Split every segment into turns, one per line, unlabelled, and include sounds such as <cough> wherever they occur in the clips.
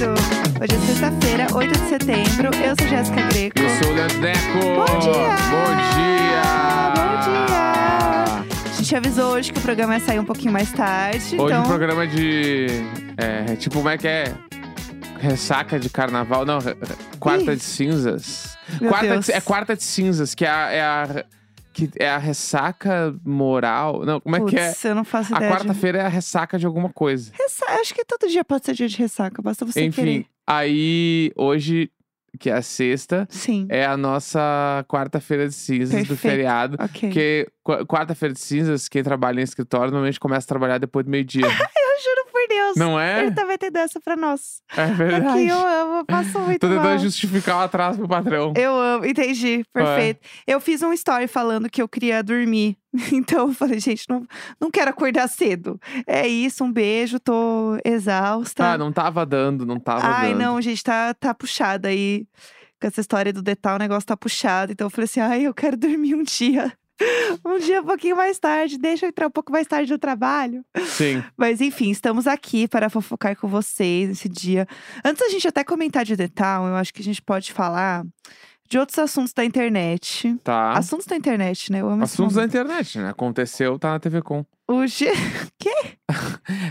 Hoje é sexta-feira, 8 de setembro. Eu sou Jéssica Greco.
Eu sou o Leandro Neco.
Bom dia!
Bom dia!
Bom A gente avisou hoje que o programa ia sair um pouquinho mais tarde.
Hoje
então,
o programa é de. É, tipo, como é que é? Ressaca de carnaval. Não, re- re- quarta
Ih.
de cinzas.
Meu
Quarta
Deus.
de- é quarta de cinzas, que é a, é a- que é a ressaca moral. Não, como é que é?
putz, eu não faço
A
ideia. de-
quarta-feira é a ressaca de alguma coisa.
Ressa- Acho que todo dia pode ser dia de ressaca, basta você
Enfim,
querer.
aí hoje, que é a sexta,
Sim,
é a nossa quarta-feira de cinzas do
Perfeito.
feriado.
ok.
Porque qu- quarta-feira de cinzas, quem trabalha em escritório normalmente começa a trabalhar depois do meio-dia.
<laughs> Eu juro por Deus.
Não é?
Ele também tem dessa pra nós.
É verdade.
Aqui um eu amo, eu passo muito
Tô
mal.
tentando justificar o atraso pro patrão.
Eu amo, entendi,
é?
perfeito. Eu fiz um story falando que eu queria dormir. <laughs> Então eu falei, gente, não, não quero acordar cedo. É isso, um beijo, tô exausta.
Ah, não tava dando, não tava
Ai,
dando.
não, gente, tá, tá puxada aí. Com essa história do detal, o negócio tá puxado. Então eu falei assim, ai, eu quero <laughs> dormir um dia. Um dia um pouquinho mais tarde, deixa eu entrar um pouco mais tarde no trabalho.
Sim.
Mas enfim, estamos aqui para fofocar com vocês nesse dia. Antes da gente até comentar de detal, eu acho que a gente pode falar de outros assuntos da internet.
Tá.
Assuntos da internet, né? Eu amo esse
Assuntos da
nome.
internet, né? Aconteceu, tá na TV Com.
O G...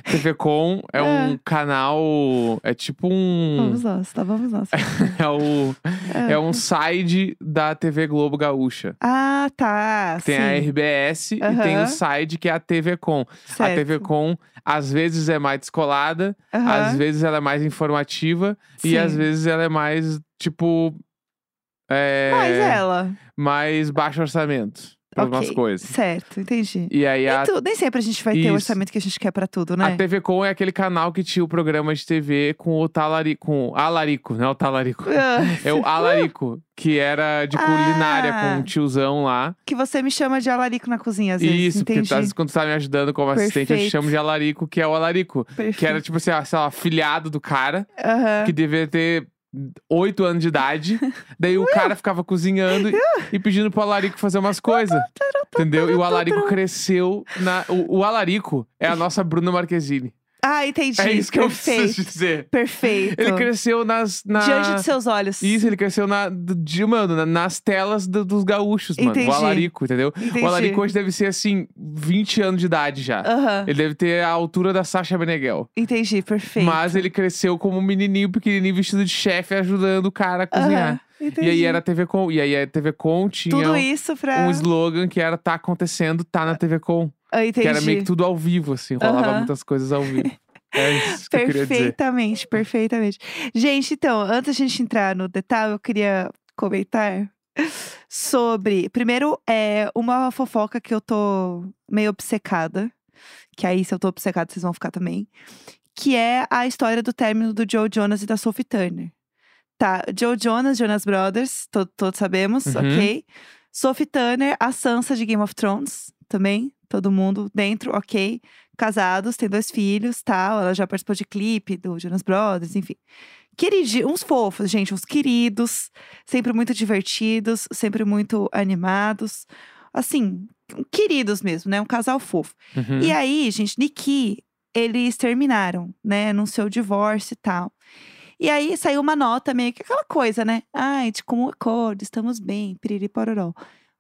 TV
<laughs>
Com é um canal. É tipo um.
Vamos nós, tá? Vamos nós.
<laughs> É, o, é um side da TV Globo Gaúcha.
Ah, tá.
Tem
sim,
a RBS e tem
Aham.
o side que é a TV Com. A
certo.
TV Com, às vezes, é mais descolada,
Aham,
às vezes ela é mais informativa
sim.
e às vezes ela é mais, tipo. É,
Mas ela.
mais baixo orçamento para
Ok,
algumas coisas.
Certo, entendi.
E aí a,
Nem, tu- nem sempre a gente vai ter o
Isso.
orçamento que a gente quer pra tudo, né?
a TV Com é aquele canal que tinha o programa de TV com o talarico, com o alarico, não é
<laughs>
o talarico.
Ah,
É o alarico, que era de
Ah.
culinária com um tiozão lá.
que você me chama de alarico na cozinha, às vezes.
Isso, porque
entendi.
tu- às vezes quando tu tá me ajudando como assistente, eu te
Perfeito.
chamo de alarico, que é o alarico.
Perfeito.
Que era tipo assim, ó, sei lá, filhado do cara.
Aham.
que devia ter oito anos de idade. Daí o cara ficava cozinhando e- e pedindo pro Alarico fazer umas coisas. Entendeu? E o Alarico cresceu na. O, o Alarico é a nossa Bruna Marquezine.
Ah, entendi.
É isso que eu
Perfeito.
preciso dizer.
Perfeito.
Ele cresceu nas. Na...
Diante de seus olhos.
Isso, ele cresceu na, de, mano, na- nas telas do- dos gaúchos, mano.
Entendi.
O Alarico, entendeu?
Entendi. Ah.
O Alarico hoje deve ser assim, 20 anos de idade já.
Aham.
Ele deve ter a altura da Sasha Meneghel.
Entendi, perfeito.
Mas ele cresceu como um menininho pequenininho vestido de chefe ajudando o cara a
Aham,
cozinhar.
entendi.
E aí era a TV Com, e aí a TV Com tinha
Tudo
um-
isso é. pra.
um slogan que era tá acontecendo, tá na TV Com,
Ah, entendi.
que era meio que tudo ao vivo assim, rolava
Aham.
muitas coisas
<laughs>
ao vivo. É isso que eu queria dizer.
Perfeitamente, perfeitamente. Gente, então, antes da gente entrar no detalhe, eu queria comentar sobre. Primeiro, é uma fofoca que eu tô meio obcecada. Que aí, se eu tô obcecada, vocês vão ficar também. Que é a história do término do Joe Jonas e da Sophie Turner. Tá, Joe Jonas, Jonas Brothers, to- todos sabemos,
Uhum.
ok. Sophie Turner, a Sansa de Game of Thrones, também, todo mundo dentro, ok casados, têm dois filhos, tal. Ela já participou de clipe do Jonas Brothers, enfim. Queridi, uns fofos, gente, uns queridos, sempre muito divertidos, sempre muito animados. Assim, queridos mesmo, né? Um casal fofo.
Uhum.
E aí, gente, Niki, eles terminaram, né? Anunciou o divórcio e tal. E aí saiu uma nota meio que aquela coisa, né? Ai, de comum acordo, estamos bem, piriri pororó.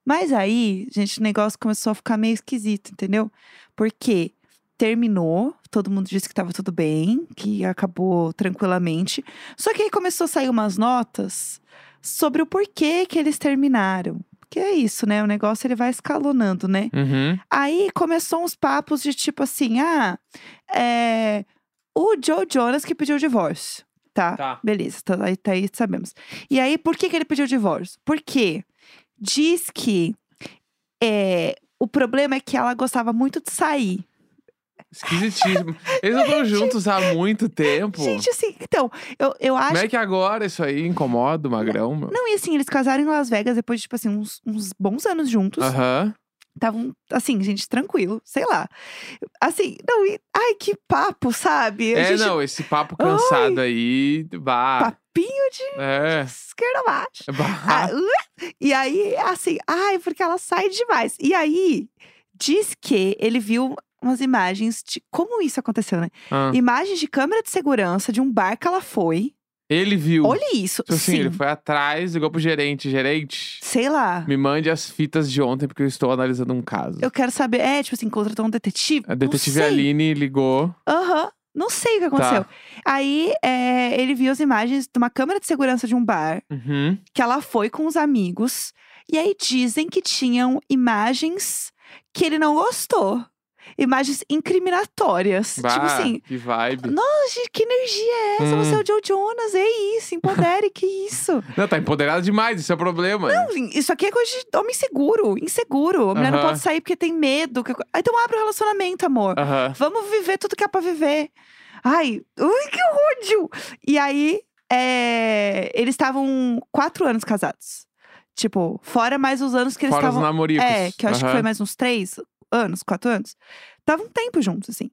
Mas aí, gente, o negócio começou a ficar meio esquisito, entendeu? Porque terminou, todo mundo disse que tava tudo bem, que acabou tranquilamente. Só que aí começou a sair umas notas sobre o porquê que eles terminaram. Porque é isso, né? O negócio ele vai escalonando, né?
Uhum.
Aí começou uns papos de tipo assim: ah, é. O Joe Jonas que pediu o divórcio. Tá.
Tá.
Beleza, tá, aí, tá aí sabemos. E aí, por que, que ele pediu o divórcio? Porque diz que é, o problema é que ela gostava muito de sair.
Esquisitíssimo. Eles
<laughs>
não estão juntos há muito tempo.
Gente, assim, então, eu, eu acho.
Como é que agora isso aí incomoda o magrão, meu?
Não, e assim, eles casaram em Las Vegas depois de, tipo assim, uns, uns bons anos juntos.
Aham.
Estavam, assim, gente, tranquilo, sei lá. Assim, não, e. Ai, que papo, sabe? A
É,
gente-
não, ah. esse papo cansado aí, bah.
Papinho de
É.
<laughs> esquerda baixa.
Bah.
Ah, uh, e aí, assim, ai, porque ela sai demais. E aí, diz que ele viu umas imagens de. Como isso aconteceu, né?
Ah.
Imagens de câmera de segurança de um bar que ela foi.
Ele viu.
Olha isso.
Tipo assim,
Sim.
ele foi atrás, ligou pro gerente. Gerente,
Sei lá.
me mande as fitas de ontem, porque eu estou analisando um caso.
Eu quero saber. É, tipo assim, contratou um detetive.
A detetive Tá.
não sei.
Aline ligou.
Aham. Não sei o que aconteceu. Aí é, ele viu as imagens de uma câmera de segurança de um bar
Uhum.
que ela foi com os amigos. E aí dizem que tinham imagens que ele não gostou. Imagens incriminatórias.
Bah,
Tipo assim,
Que vibe.
nossa, que energia é essa?
Hum.
Você é o Joe Jonas, é isso, empodere, que
<laughs>
isso.
Não, tá empoderado demais, isso é o problema.
Não, Isso aqui é coisa de homem seguro, inseguro. A mulher não
Aham.
pode sair porque tem medo. que- Ah, Então abre o relacionamento, amor.
Aham.
Vamos viver tudo que é pra viver. Ai, ui, que ódio! E aí, é, eles estavam quatro anos casados. Tipo, fora mais os anos que eles
Fora os
estavam.
namoricos.
É, que eu acho que foi
Aham.
mais uns três anos, quatro anos. Tava um tempo juntos, assim.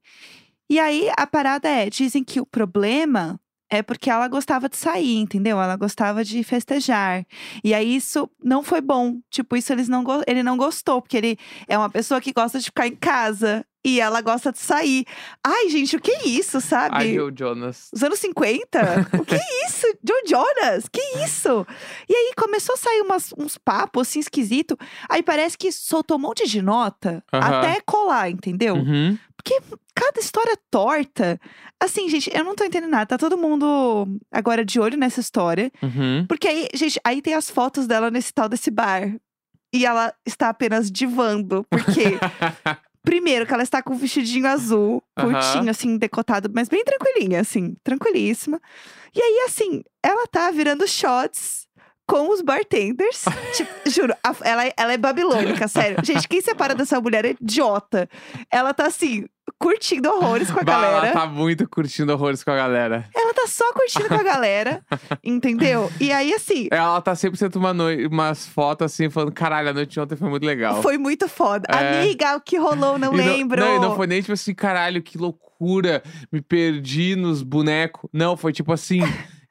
E aí, a parada é: dizem que o problema é porque ela gostava de sair, entendeu? Ela gostava de festejar. E aí, isso não foi bom. Tipo, isso eles não go- ele não gostou, porque ele é uma pessoa que gosta de ficar em casa. E ela gosta de sair. Ai, gente, o que é isso, sabe?
Ai, eu, Jonas.
Os anos 50? O que é isso? Joe Jonas? Que isso? E aí começou a sair umas- uns papos assim esquisito. Aí parece que soltou um monte de nota
Aham.
até colar, entendeu?
Uhum.
Porque cada história torta. Assim, gente, eu não tô entendendo nada. Tá todo mundo agora de olho nessa história.
Uhum.
Porque aí, gente, aí tem as fotos dela nesse tal desse bar. E ela está apenas divando. Porque, primeiro, que ela está com um vestidinho azul,
Aham.
curtinho, assim, decotado, mas bem tranquilinha, assim, tranquilíssima. E aí, assim, ela tá virando shots. Com os bartenders. Tipo, juro, a- ela, é- ela é babilônica, sério. Gente, quem separa dessa mulher é idiota. Ela tá assim, curtindo horrores com a
Bah,
galera.
ela tá muito curtindo horrores com a galera.
Ela tá só curtindo com a galera, entendeu? E aí, assim,
Ela tá 100% uma noi- umas fotos assim, falando: caralho, a noite de ontem foi muito legal.
Foi muito foda.
É.
Amiga, o que rolou, não
E
lembro.
Não, e não foi nem tipo assim, caralho, que loucura, me perdi nos bonecos. Não, foi
<laughs>
tipo assim,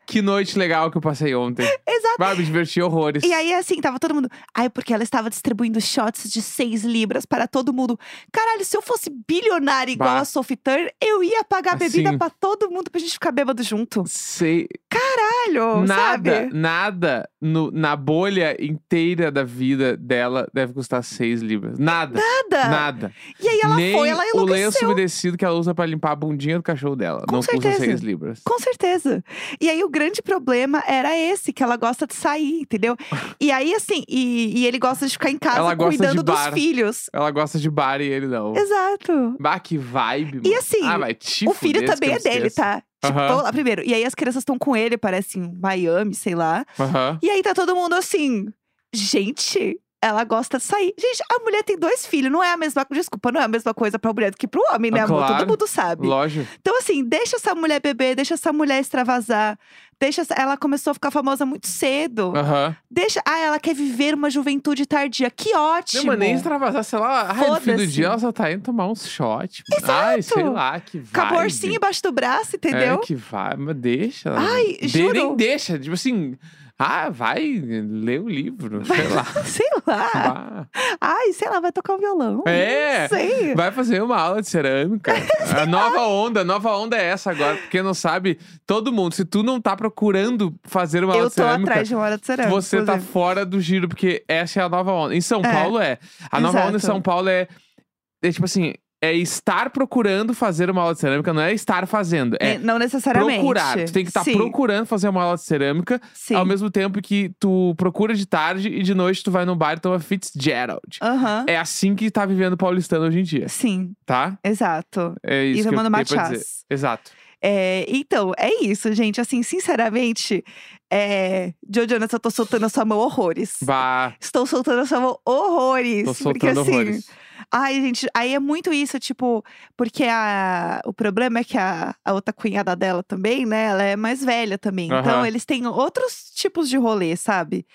que noite legal que eu passei ontem.
Exato.
Vai, me diverti horrores.
E aí, assim, tava todo mundo. Ai, porque ela estava distribuindo shots de 6 libras para todo mundo. Caralho, se eu fosse bilionária igual
Bah.
a Sophie Turner, eu ia pagar bebida
Assim.
pra todo mundo pra gente ficar bêbado junto.
Sei,
Caralho,
nada,
sabe?
nada no- na bolha inteira da vida dela deve custar 6 libras. Nada,
Nada.
nada.
E aí ela
Nem
foi, ela
o lenço
enlouqueceu.
umedecido que ela usa pra limpar a bundinha do cachorro dela.
Com
não
certeza.
custa 6 libras.
Com certeza. E aí o grande problema era esse, que ela gosta de sair,
<laughs>
entendeu? E aí, assim, e, e ele gosta de ficar em casa
Ela gosta de
cuidando dos
bar.
filhos.
Ela gosta de bar e ele não.
Exato.
Bah, que vibe,
E
mano.
assim,
Ah, vai te
O filho
fuder, esse
também é
que eu
dele,
esqueço.
tá? Tipo,
Aham.
tão lá primeiro. E aí as crianças estão com ele, parece em Miami, sei lá.
Aham.
E aí tá todo mundo assim, gente, ela gosta de sair. Gente, a mulher tem dois filhos, não é a mesma Desculpa, não é a mesma coisa pra mulher do que pro homem, né,
Ah,
amor?
claro.
Todo mundo sabe.
Lógico.
Então, assim, deixa essa mulher beber, deixa essa mulher extravasar. Deixa. essa- Ela começou a ficar famosa muito cedo.
Aham.
Deixa. Ah, ela quer viver uma juventude tardia. Que
Não,
ótimo!
mas nem tá extravasar, sei lá. Ai, no fim do
Tipo, Foda-se.
dia ela só tá indo tomar uns shot. mano. Ai, sei
Exato.
lá, que vai.
Acabou a orcinha embaixo do braço, entendeu?
É, que vai, mas deixa.
Ai,
De-
juro.
Nem deixa, tipo assim, ah, vai, lê o livro, sei lá.
<laughs> Sei lá.
Vá.
Ai, sei lá, vai tocar um violão.
É.
Não sei.
Vai fazer uma aula de cerâmica. A nova onda, a nova onda é essa agora. Porque não sabe, todo mundo, se tu não tá procurando fazer uma aula
Eu
de
tô
cerâmica,
atrás de uma hora de cerâmica.
Você tá
É, inclusive.
fora do giro, porque essa é a nova onda. Em São
É,
Paulo é. A nova
exato.
onda em São Paulo é, é tipo assim, é estar procurando fazer uma aula de cerâmica, não é estar fazendo. É
Ne- Não necessariamente.
procurar. Tu tem que estar
Sim,
procurando fazer uma aula de cerâmica,
Sim.
ao mesmo tempo que tu procura de tarde e de noite tu vai num bar e toma Fitzgerald.
Aham.
É assim que tá vivendo o paulistano hoje em dia,
Sim,
tá?
exato.
É isso
e
que eu
tomando
tenho pra dizer.
machás.
Exato.
É, então, é isso, gente. Assim, sinceramente, é... Joe Jonas, eu tô soltando a sua mão horrores.
Bah,
Estou soltando a sua mão horrores.
tô
porque
soltando
assim.
horrores.
Ai, gente, aí é muito isso, tipo, porque a, o problema é que a, a outra cunhada dela também, né? Ela é mais velha também. Então
Aham.
eles têm outros tipos de rolê, sabe?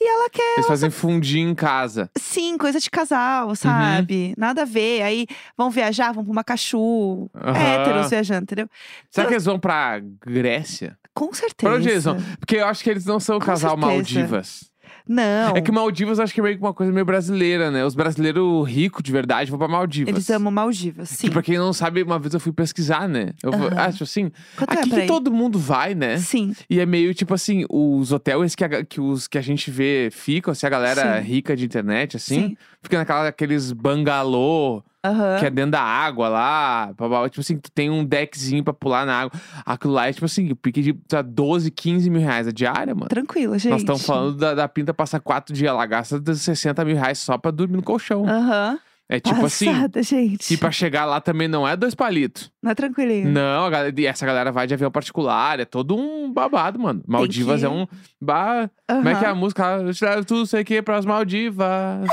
E ela quer,
Eles fazem fundir em casa.
sim, coisa de
Uhum.
casal, sabe? Nada a ver. Aí vão viajar, vão pra uma cachu.
Aham.
É héteros viajando, entendeu?
Será que eles vão pra Grécia?
Com certeza.
Pra onde eles vão? Porque eu acho que eles não são o
Com
casal
certeza.
Maldivas.
Não.
É que Maldivas acho que é meio que uma coisa meio brasileira, né? Os brasileiros ricos de verdade vão pra Maldivas. Tipo,
Eles amam Maldivas, sim.
Que pra quem não sabe, uma vez eu fui pesquisar, né? Eu vou-
Aham.
acho assim,
Quanto é
aqui
pra
que
ir?
todo mundo vai, né?
Sim.
E é meio tipo assim, os hotéis que a, que os, que a gente vê ficam, assim, a galera
Sim.
rica de internet, assim,
Sim.
fica naquela, aqueles bangalô
Aham.
que é dentro da água lá, blá, blá, blá. tipo assim, tu tem um deckzinho pra pular na água. Aquilo lá é tipo assim, pique de tá, 12, 15 mil reais a diária, mano.
Tranquilo, gente.
é- Nós estamos falando da, da pinta passar quatro dias lá, gasta 60 mil reais só pra dormir no colchão.
Aham.
É tipo assim.
Passada, gente.
E pra chegar lá também não é dois palitos.
Não é tranquilinho.
Não, a galera- e essa galera vai de avião particular, é todo um babado, mano. Maldivas
que-
é um. Bah, Como é que é a música? Eu te levo tudo isso aqui
<laughs>
pras Maldivas.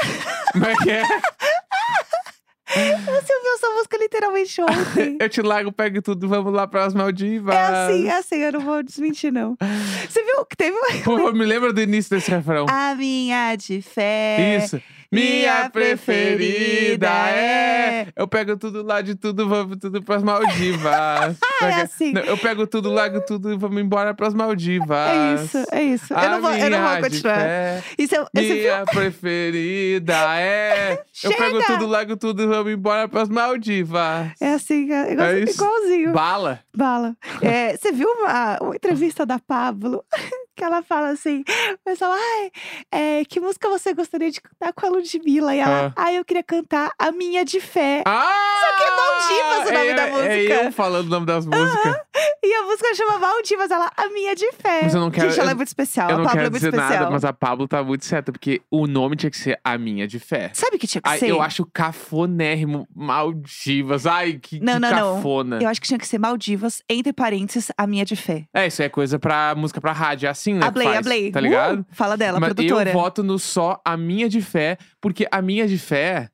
Como é que é?
Ah, Você ouviu essa música literalmente
<laughs>
ontem.
Eu te largo, pego tudo, vamos lá pras Maldivas.
é assim, é assim, eu não vou desmentir, não. Você viu que teve uma.
Por favor, me lembra do início desse refrão.
A minha de fé.
Isso.
minha
Minha
preferida
preferida
é-
é. Eu pego tudo lá de tudo, vamos tudo
<laughs>
pras Maldivas. Como que é?
assim.
Não, eu pego tudo, largo tudo e vamos embora pras Maldivas.
É isso, é isso. Eu não vou, eu não vou continuar. Isso é, esse filme-
Minha preferida é. Eu
Chega!
pego tudo, largo tudo e vamos embora pras Maldivas.
é assim, é igual-
É isso.
igualzinho.
Bala. <laughs>
Bala. É, você viu uma, uma entrevista da Pablo? <laughs> Que ela fala assim, o pessoal, ai, é, que música você gostaria de cantar com a Ludmilla? E ela, ai, eu queria cantar A Minha de Fé.
Ah!
Só que é Maldivas o nome
é,
da
É
música.
eu falando o nome das músicas.
E a música chama Maldivas, ela, A Minha de Fé.
Mas eu não quero-
Gente, ela
eu-
é muito especial.
Eu
a
não
Pablo
quero
é muito
dizer
especial.
nada, mas a Pablo tá muito certa, porque o nome tinha que ser A Minha de Fé.
Sabe o que tinha que
Ai,
ser?
eu acho cafonérrimo Maldivas. Ai, que,
Não,
que é.
não, não.
cafona.
Eu acho que tinha que ser Maldivas, entre parênteses, A Minha de Fé.
É, isso é coisa pra música pra rádio. É assim, né?
a
que
Blay, a
faz,
Blay.
Tá ligado?
Uh, fala dela,
Mas
produtora.
eu voto no só a minha de fé, porque a minha de fé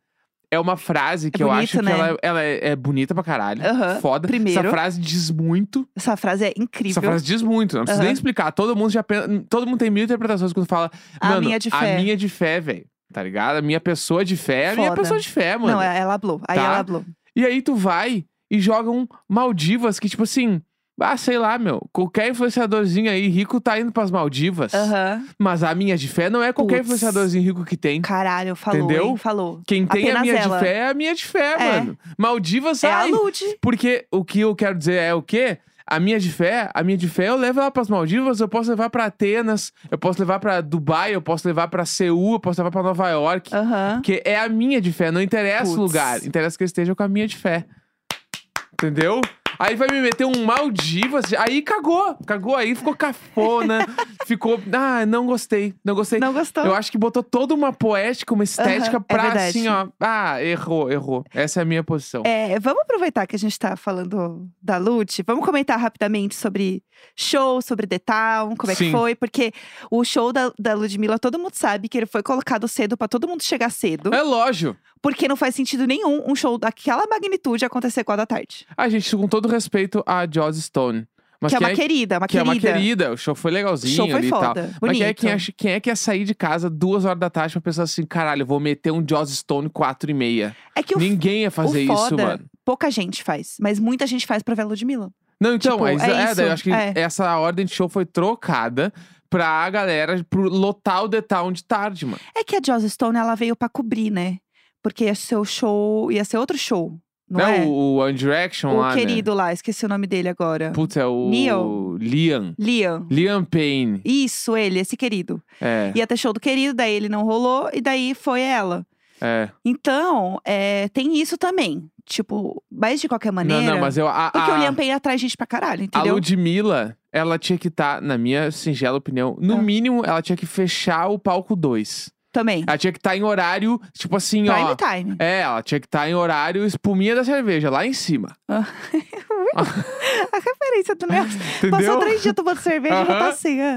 é uma frase que eu
bonito,
acho que
né?
ela, ela é, é bonita pra caralho.
Aham,
Foda. Essa
primeiro.
frase diz muito.
Essa frase é incrível.
Essa frase diz muito. Não precisa
Aham.
nem explicar. Todo mundo já pen- Todo mundo tem mil interpretações quando fala.
A
Mano,
minha de
A
fé."
minha de fé, velho. Tá ligado? A minha pessoa de fé é a minha
Foda.
pessoa de fé, mano.
Não, é ela hablou. Aí
Tá?
ela hablou.
E aí tu vai e joga um Maldivas que, tipo assim. Ah, sei lá, meu. Qualquer influenciadorzinho aí rico tá indo pras Maldivas.
Aham.
Mas a minha de fé não é qualquer
Putz.
influenciadorzinho rico que tem.
Caralho, falou,
Entendeu?
hein? Falou.
Quem tem a
Apenas
minha de
ela.
fé é a minha de fé,
É.
mano. Maldivas,
É a
ai,
Lud.
Porque o que eu quero dizer é o quê? A minha de fé, a minha de fé, eu levo ela pras Maldivas, eu posso levar pra Atenas, eu posso levar pra Dubai, eu posso levar pra Seul, eu posso levar pra Nova York.
Aham.
Porque é a minha de fé, não interessa
Putz.
o lugar, interessa que eu esteja com a minha de fé. Entendeu? Aí vai me meter um Maldivas, aí cagou, cagou, aí
<laughs>
ficou cafona, ficou, ah, não gostei, não gostei.
Não gostou?
Eu acho que botou toda uma poética, uma estética
Aham, é
pra
verdade.
assim, ó. Ah, errou, errou. Essa é a minha posição.
É, vamos aproveitar que a gente tá falando da Lud. Vamos comentar rapidamente sobre show, sobre The Town, como é
Sim.
que foi. Porque o show da, da Ludmilla, todo mundo sabe que ele foi colocado cedo pra todo mundo chegar cedo.
É lógico.
Porque não faz sentido nenhum um show daquela magnitude acontecer quatro da tarde.
Ah, gente, com todo respeito a Joss Stone. Mas
que é
quem
uma querida, uma
que é
querida.
uma querida, o show foi
O
legalzinho
show foi
ali e tal.
foda.
Mas
Bonito.
quem é, quem, acha- quem é que ia sair de casa duas horas da tarde pra pensar assim, caralho, eu vou meter um Joss Stone quatro e meia?
É que o,
Ninguém ia fazer
o foda,
isso, mano.
pouca gente faz. Mas muita gente faz pra ver a Ludmilla.
Não, então,
Tipo,
é,
é
é,
isso,
daí eu acho que
é.
essa ordem de show foi trocada pra galera pro lotar o The Town de tarde, mano.
É que a Joss Stone, ela veio pra cobrir, né? Porque ia ser o show, ia ser outro show, não
Né?
é?
O, o One Direction
O
lá, né?
querido lá, esqueci o nome dele agora.
Putz, é o.
Neil?
Liam.
Liam.
Liam Payne.
Isso, ele, esse querido.
É,
Ia ter show do querido, daí ele não rolou, e daí foi ela.
é.
Então, é, tem isso também. Tipo, mas de qualquer maneira.
não, não, mas eu. A,
Porque
a,
o Liam Payne atrai gente pra caralho,
a
entendeu?
Ludmilla, ela tinha que estar, na minha singela opinião, no
Ah.
mínimo, ela tinha que fechar o palco 2.
Também.
Ela tinha que estar em horário, tipo assim,
Prime
ó.
time.
É, ela tinha que estar em horário espuminha da cerveja, lá em cima.
A referência do Nelson. Passou
<laughs> Entendeu?
três dias tomando cerveja e já tá
Aham.
assim, ah.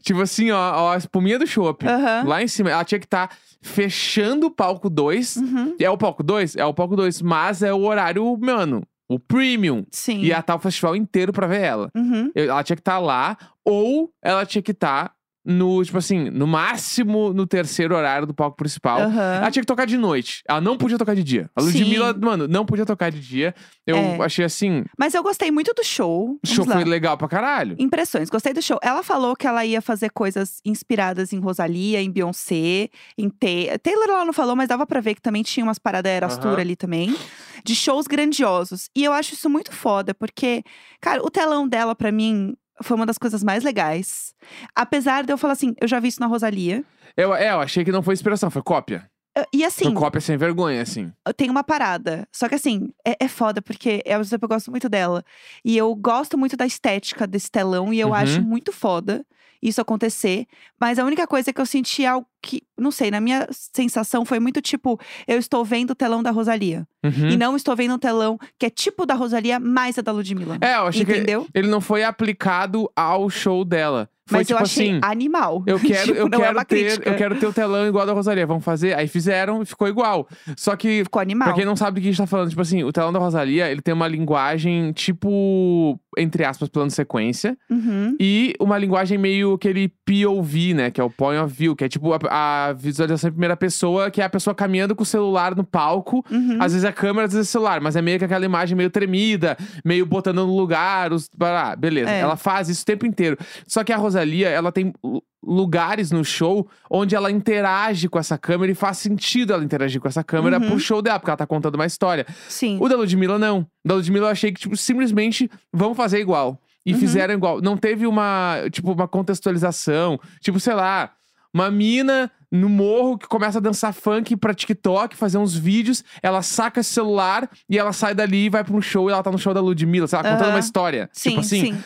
Tipo assim, ó, ó, a espuminha do chopp.
Aham.
Lá em cima. Ela tinha que estar fechando o palco 2.
Uhum.
É o palco 2? É o palco 2, mas é o horário, mano, o premium.
Sim.
E ia estar o festival inteiro pra ver ela.
Uhum.
Eu- Ela tinha que estar lá, ou ela tinha que estar no, tipo assim, no máximo no terceiro horário do palco principal.
Aham.
Ela tinha que tocar de noite. Ela não podia tocar de dia. A
Sim.
Ludmilla, mano, não podia tocar de dia. Eu
É.
achei assim,
Mas eu gostei muito do show.
o
Vamos
show
lá.
foi legal pra caralho.
Impressões, gostei do show. Ela falou que ela ia fazer coisas inspiradas em Rosalia, em Beyoncé, em Ta- Taylor. Ela não falou, mas dava pra ver que também tinha umas paradas Erastur
Aham.
ali também, de shows grandiosos. E eu acho isso muito foda, porque, cara, o telão dela pra mim foi uma das coisas mais legais. Apesar de eu falar assim, eu já vi isso na Rosalia.
Eu, é, eu achei que não foi inspiração, foi cópia.
Eu- E assim,
Foi cópia sem vergonha, assim.
tem uma parada. Só que assim, é, é foda, porque é uma pessoa que eu gosto muito dela. E eu gosto muito da estética desse telão, e eu
Uhum.
acho muito foda isso acontecer. Mas a única coisa é que eu senti algo que, não sei, na minha sensação foi muito tipo, eu estou vendo o telão da Rosalia.
Uhum.
E não estou vendo um telão que é tipo da Rosalia, mais a da Ludmilla.
É, eu achei que
Entendeu?
ele não foi aplicado ao show dela. Foi
Mas
tipo
eu achei
assim.
animal.
Eu
<laughs>
quero,
Tipo,
eu
não é
quero
uma
ter,
crítica.
eu quero ter o telão igual da Rosalia. Vamos fazer? Aí fizeram e ficou igual. Só que
Ficou animal.
Pra quem não sabe do que a gente tá falando, tipo assim, o telão da Rosalia, ele tem uma linguagem tipo, entre aspas, plano sequência,
Uhum.
e uma linguagem meio aquele POV, né, que é o point of view, que é tipo a, a visualização em primeira pessoa, que é a pessoa caminhando com o celular no palco.
Uhum.
Às vezes é câmera, às vezes é celular, mas é meio que aquela imagem meio tremida, meio botando no lugar, os... ah, beleza.
É.
Ela faz isso o tempo inteiro. Só que a Rosalia, ela tem lu- lugares no show onde ela interage com essa câmera e faz sentido ela interagir com essa câmera
Uhum.
pro show dela, porque ela tá contando uma história.
Sim.
O da Ludmilla, não. O da Ludmilla, eu achei que, tipo, simplesmente vamos fazer igual. E
Uhum.
fizeram igual. Não teve uma, tipo, uma contextualização. Tipo, sei lá, uma mina no morro que começa a dançar funk pra TikTok, fazer uns vídeos. Ela saca esse celular e ela sai dali e vai pra um show. E ela tá no show da Ludmilla, sei lá, contando
Aham.
uma história.
Sim,
tipo assim,
sim.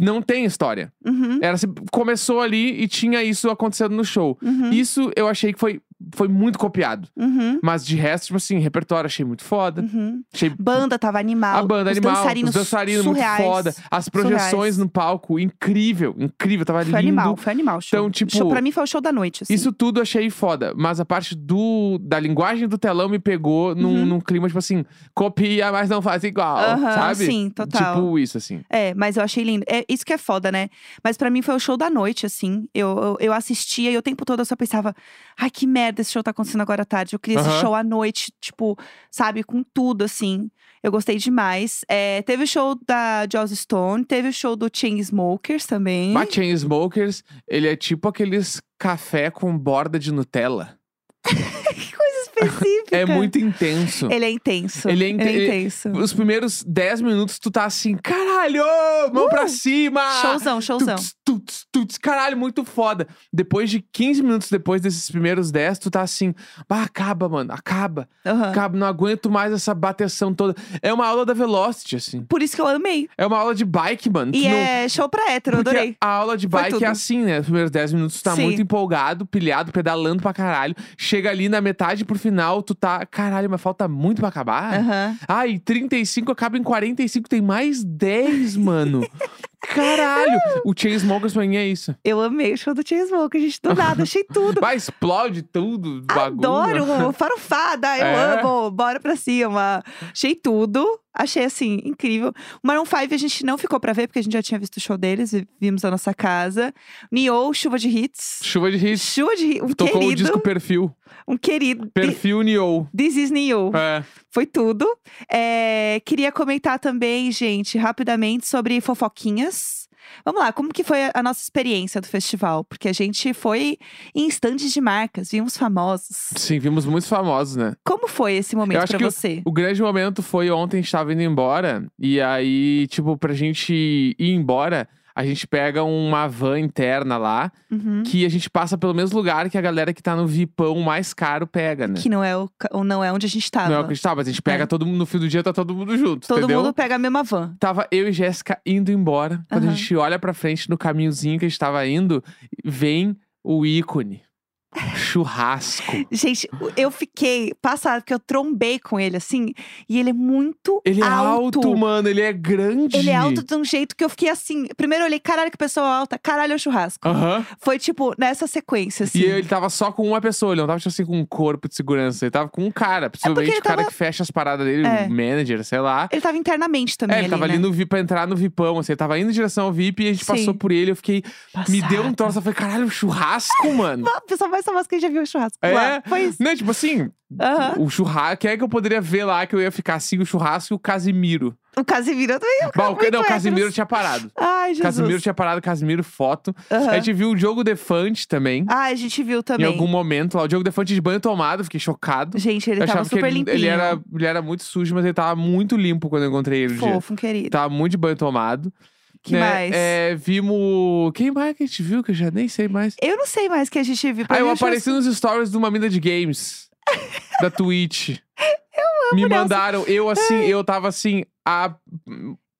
não tem história.
Uhum.
Era, assim, começou ali e tinha isso acontecendo no show.
Uhum.
Isso eu achei que foi, foi muito copiado.
Uhum.
Mas de resto, tipo assim, repertório achei muito foda.
Uhum.
Achei
Banda tava animal.
a banda
os
animal,
dançarinos
os dançarinos muito
surreais.
foda. As projeções
surreais.
no palco, incrível, incrível, tava
Foi
lindo.
animal, foi animal. o Show.
Então, tipo,
show, pra mim foi o show da noite. assim.
Isso tudo achei foda, mas a parte do da linguagem do telão me pegou num,
Uhum.
num clima, tipo assim, copia, mas não faz igual,
Aham,
sabe?
Sim, total.
Tipo isso, assim.
É, mas eu achei lindo. É isso que é foda, né? Mas pra mim foi o show da noite, assim. Eu, eu, eu assistia e o tempo todo eu só pensava: ai, que merda esse show tá acontecendo agora à tarde. Eu queria esse
Aham.
show à noite, tipo, sabe, com tudo, assim. Eu gostei demais. É, teve o show da Joss Stone, teve o show do Chainsmokers também.
Mas Chainsmokers, ele é tipo aqueles café com borda de Nutella.
que coisa específica.
É muito intenso.
Ele é intenso.
Ele é inte- ele-
intenso.
Os primeiros 10 minutos, tu tá assim, caralho, mão
Uh!
pra cima!
Showzão, showzão.
Ah! Tuts, tuts, tuts. Caralho, muito foda. Depois de 15 minutos depois desses primeiros 10, tu tá assim, "Bah, acaba, mano, acaba,
Aham.
acaba, não aguento mais essa bateção toda. É uma aula da Velocity, assim.
Por isso que eu amei.
É uma aula de bike, mano. Tu
E
não-
é show pra hétero,
Porque
adorei.
a aula de
Foi
bike
tudo.
é assim, né? Os primeiros 10 minutos tu tá
Sim.
muito empolgado, pilhado, pedalando pra caralho. Chega ali na metade pro final, tu tá, caralho, mas falta muito pra acabar.
Aham.
Ai, 35 acaba em 45, tem mais
<laughs>
10, mano. Caralho! O Chainsmokers pra mim é isso.
Eu amei o show do Chainsmokers, gente. Do nada, achei
<laughs>
tudo.
Vai, explode tudo, bagulho. <laughs>
Adoro, farofada, eu
É.
amo, bora pra cima. Achei tudo, achei assim, incrível. O Maroon 5 a gente não ficou pra ver, porque a gente já tinha visto o show deles, e vimos a nossa casa. Neo, chuva de hits.
Chuva de hits.
Chuva de hits, um
Tocou o
querido,
disco Perfil.
um querido. Thi-
Perfil Neo.
This is Neo.
É.
Foi tudo. É, queria comentar também, gente, rapidamente sobre fofoquinhas. Vamos lá, como que foi a- a nossa experiência do festival? Porque a gente foi em estandes de marcas, vimos famosos.
Sim, vimos muitos famosos, né?
Como foi esse
Eu
momento
acho
pra
que
você?
O grande momento foi ontem, a gente tava indo embora. E aí, tipo, pra gente ir embora, a gente pega uma van interna lá.
Uhum.
Que a gente passa pelo mesmo lugar que a galera que tá no VIPão mais caro pega, né?
Que não é, o, ca- ou não é onde a gente tava.
Não é o que a gente tá, mas a gente pega
É.
todo mundo no fim do dia, tá todo mundo junto,
Todo
entendeu?
mundo pega a mesma van.
Tava eu e Jéssica indo embora. Quando a
Aham.
gente olha pra frente no caminhozinho que a gente tava indo, vem o ícone. Churrasco.
Gente, eu fiquei passada, porque eu trombei com ele assim, e ele é muito
Ele é alto, mano. Ele é grande.
Ele é alto de um jeito que eu fiquei assim. Primeiro eu olhei, caralho, que pessoa alta, caralho, é o churrasco.
Aham.
Foi tipo, nessa sequência, assim.
E ele tava só com uma pessoa, ele não tava tipo assim com um corpo de segurança, ele tava com um cara,
É porque
possivelmente
ele
o cara
tava-
que fecha as paradas dele,
É.
o manager, sei lá.
Ele tava internamente também.
É, ele
ali,
tava ali
né?
no VIP pra entrar no VIPão, assim, ele tava indo em direção ao VIP e a gente
Sim.
passou por ele, eu fiquei, me deu um
Passada.
troço, eu falei, caralho, churrasco, mano.
Ah, Só mais famosa que já viu o churrasco.
É.
Lá. Foi isso.
Não, tipo assim,
Aham.
o churrasco, quem é que eu poderia ver lá que eu ia ficar assim, o churrasco e o Casimiro.
O Casimiro eu também. eu
Bah, o-
muito
não, o
hétero.
Casimiro tinha parado.
Ai, Jesus.
Casimiro tinha parado, Casimiro foto.
Aham.
A gente viu o Diogo Defante também,
Ah, a gente viu também.
em algum momento lá. O Diogo Defante de banho tomado, fiquei chocado.
Gente, ele
eu
tava
achava
super
que ele,
limpinho.
ele era, ele era muito sujo, mas ele tava muito limpo quando eu encontrei ele. no dia.
fofo, um querido.
Tava muito de banho tomado.
Que
né?
mais?
É, vimos. Quem mais que a gente viu? Que eu já nem sei mais.
Eu não sei mais o que a gente viu. Pra
Ah,
mim,
eu
o churrasco-
apareci nos stories de uma mina
<laughs>
de games da Twitch. Eu amo Me
Nelson.
mandaram, eu assim, eu tava assim, a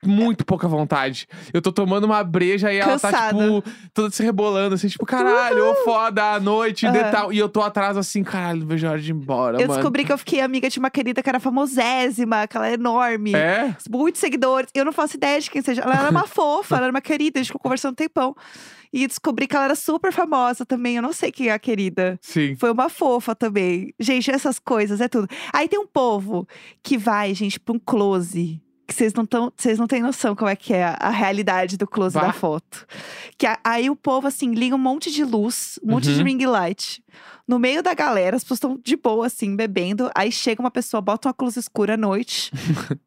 muito pouca vontade. Eu tô tomando uma breja e ela tá,
Cansada.
tipo, toda se rebolando, assim, tipo, caralho, ô foda, a noite,
Aham.
de tal. E eu tô atrás, assim, caralho, vejo a hora de ir embora,
Eu
mano.
descobri que eu fiquei amiga de uma querida que era famosésima, que ela é enorme.
É?
Muitos seguidores. Eu não faço ideia de quem seja. Ela era uma fofa, ela era uma querida, a gente ficou conversando um tempão. E descobri que ela era super famosa também. Eu não sei quem é a querida.
Sim.
Foi uma fofa também. Gente, essas coisas é tudo. Aí tem um povo que vai, gente, pra um close. Que vocês não, tão, vocês não têm noção como é que é a, a realidade do close
Vá.
da foto. Que a- aí o povo, assim, liga um monte de luz, um monte de
Uhum.
ring light. No meio da galera, as pessoas estão de boa, assim, bebendo. Aí chega uma pessoa, bota uma cruz escura à
<laughs>
noite,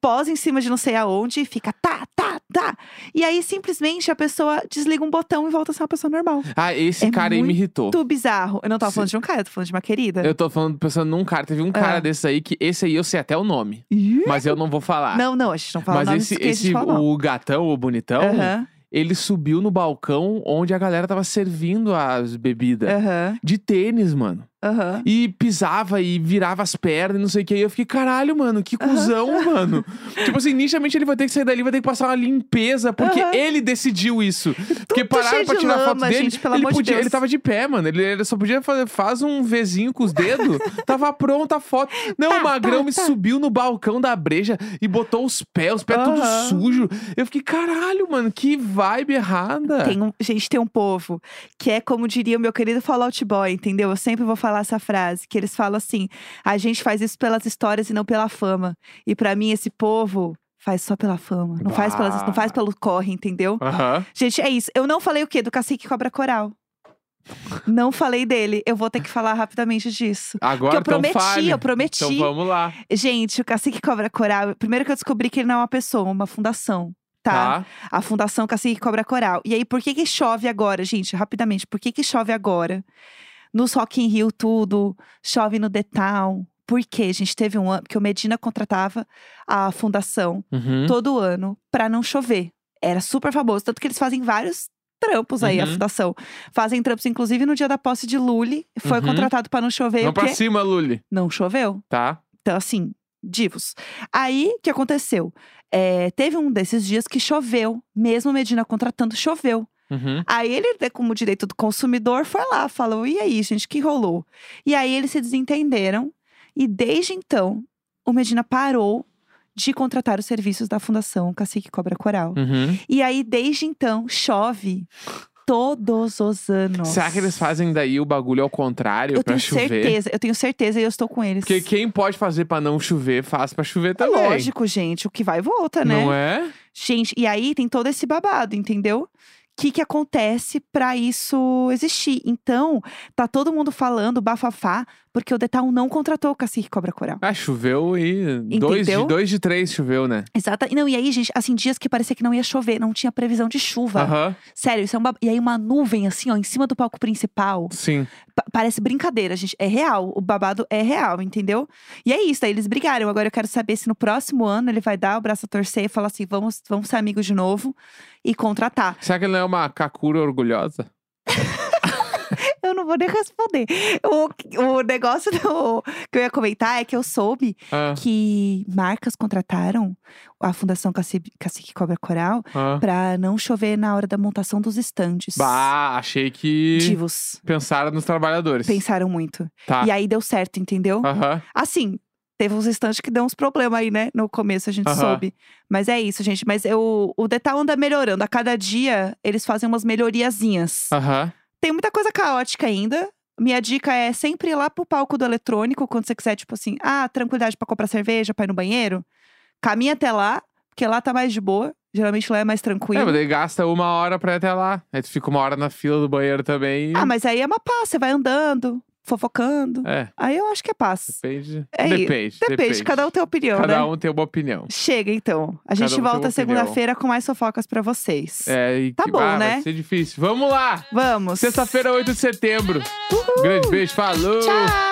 posa em cima de não sei aonde e fica tá, tá, tá. E aí simplesmente a pessoa desliga um botão e volta a ser uma pessoa normal.
Ah, esse
É
cara aí me irritou.
Muito bizarro. Eu não tava
Se-
falando de um cara, eu tô falando de uma querida.
Eu tô falando, pensando num cara. Teve um cara
Ah.
desse aí que esse aí eu sei até o nome,
Ih.
mas eu não vou falar.
Não, não, a gente não fala
Ah, mas
nome
esse,
que a gente
esse
fala, não.
o gatão, o bonitão,
Aham,
ele subiu no balcão onde a galera tava servindo as
É.
bebidas.
aham,
De tênis, mano.
aham.
E pisava e virava as pernas e não sei o que. Aí eu fiquei, caralho, mano, que cuzão, mano. tipo assim, nitidamente ele vai ter que sair dali, vai ter que passar uma limpeza, porque
Aham.
ele decidiu isso. Porque
Tudo
pararam
cheio
pra
de
tirar foto
lama,
dele.
gente, pelo
ele,
amor de
podia-
Deus.
ele tava de pé, mano. Ele, ele só podia fazer, faz um Vzinho com os dedos,
<laughs>
tava pronta a foto. Não,
Tá,
o Magrão
tá,
me
tá.
subiu no balcão da breja e botou os pés, os pés tudo
Aham.
sujo. Eu fiquei, caralho, mano, que vibe errada.
Tem um, gente, tem um povo que é como diria o meu querido Fallout Boy, entendeu? Eu sempre vou falar essa frase, que eles falam assim: a gente faz isso pelas histórias e não pela fama. E pra mim, esse povo faz só pela fama. Não faz, pelas, não faz pelo corre, entendeu?
Aham.
Gente, é isso. Eu não falei o quê? Do cacique cobra coral. Não falei dele. Eu vou ter que falar rapidamente disso.
Agora
eu prometi,
então fale.
eu prometi.
Então vamos lá.
Gente, o Cacique Cobra Coral. Primeiro que eu descobri que ele não é uma pessoa, é uma fundação. Tá?
Tá.
A Fundação Cacique Cobra Coral. E aí, por que que chove agora, gente? Rapidamente, por que que chove agora? Nos Rock in Rio, tudo. Chove no The Town. Por quê? gente teve um ano. Porque o Medina contratava a fundação
Uhum.
todo ano pra não chover. Era super famoso. Tanto que eles fazem vários trampos aí, a
Uhum.
fundação. Fazem trampos, inclusive no dia da posse de Lully. Foi
Uhum.
contratado pra não chover.
Vamos
porque
pra cima, Luli.
Não choveu.
Tá.
Então, assim, divos. Aí, o que aconteceu? É, teve um desses dias que choveu, mesmo Medina contratando, choveu.
Uhum.
Aí ele, né, como direito do consumidor, foi lá, falou: e aí, gente, o que rolou? E aí eles se desentenderam, e desde então, o Medina parou de contratar os serviços da Fundação Cacique Cobra Coral.
Uhum.
E aí, desde então, chove todos os anos.
Será que eles fazem daí o bagulho ao contrário
Eu
pra
tenho
chover?
certeza, eu tenho certeza e eu estou com eles.
Porque quem pode fazer pra não chover, faz pra chover
É
também.
Lógico, gente, o que vai volta, né?
Não é?
Gente, e aí tem todo esse babado, entendeu? O que, que acontece pra isso existir? Então, tá todo mundo falando bafafá, porque o Detal não contratou o Cacique Cobra Coral.
Ah, choveu e dois de,
Entendeu?
dois de três choveu, né?
Exata. Não, e aí, gente, assim, dias que parecia que não ia chover, não tinha previsão de chuva.
Aham,
Sério, isso é um babado. E aí, uma nuvem, assim, ó, em cima do palco principal.
sim.
Pa- parece brincadeira, gente. É real. O babado é real, entendeu? E é isso, aí eles brigaram. Agora eu quero saber se no próximo ano ele vai dar o braço a torcer e falar assim: vamos, vamos ser amigos de novo e contratar.
Será que ele não é uma kakura orgulhosa?
Eu não vou nem responder. O, o negócio do- que eu ia comentar é que eu soube
Ah,
que marcas contrataram a Fundação Cacique, Cacique Cobra Coral
ah.
pra não chover na hora da montação dos estandes.
Bah, achei que
Divos.
pensaram nos trabalhadores.
Pensaram muito.
Tá.
E aí deu certo, entendeu?
Aham.
Assim, teve uns estantes que deu uns problemas aí, né? No começo a gente
Aham.
soube. Mas é isso, gente. Mas eu, o detalhe anda melhorando. A cada dia eles fazem umas melhoriazinhas.
Aham.
Tem muita coisa caótica ainda. Minha dica é sempre ir lá pro palco do eletrônico, quando você quiser, tipo assim, ah, tranquilidade pra comprar cerveja, pra ir no banheiro. Caminha até lá, porque lá tá mais de boa. Geralmente lá é mais tranquilo.
É, mas daí gasta uma hora pra ir até lá. Aí tu fica uma hora na fila do banheiro também. e-
Ah, mas aí é uma paz, você vai andando, fofocando.
É,
Aí eu acho que é paz.
depende.
É isso.
depende.
Depende, cada um tem opinião,
Cada
né?
um tem uma opinião.
Chega então. A gente
um tem uma
volta
opinião.
segunda-feira com mais fofocas pra vocês.
É, e
Tá
que-
bom,
ah,
né?
Vai ser difícil. Vamos lá!
Vamos.
Sexta-feira, 8 de setembro. Grande beijo, falou!
Tchau!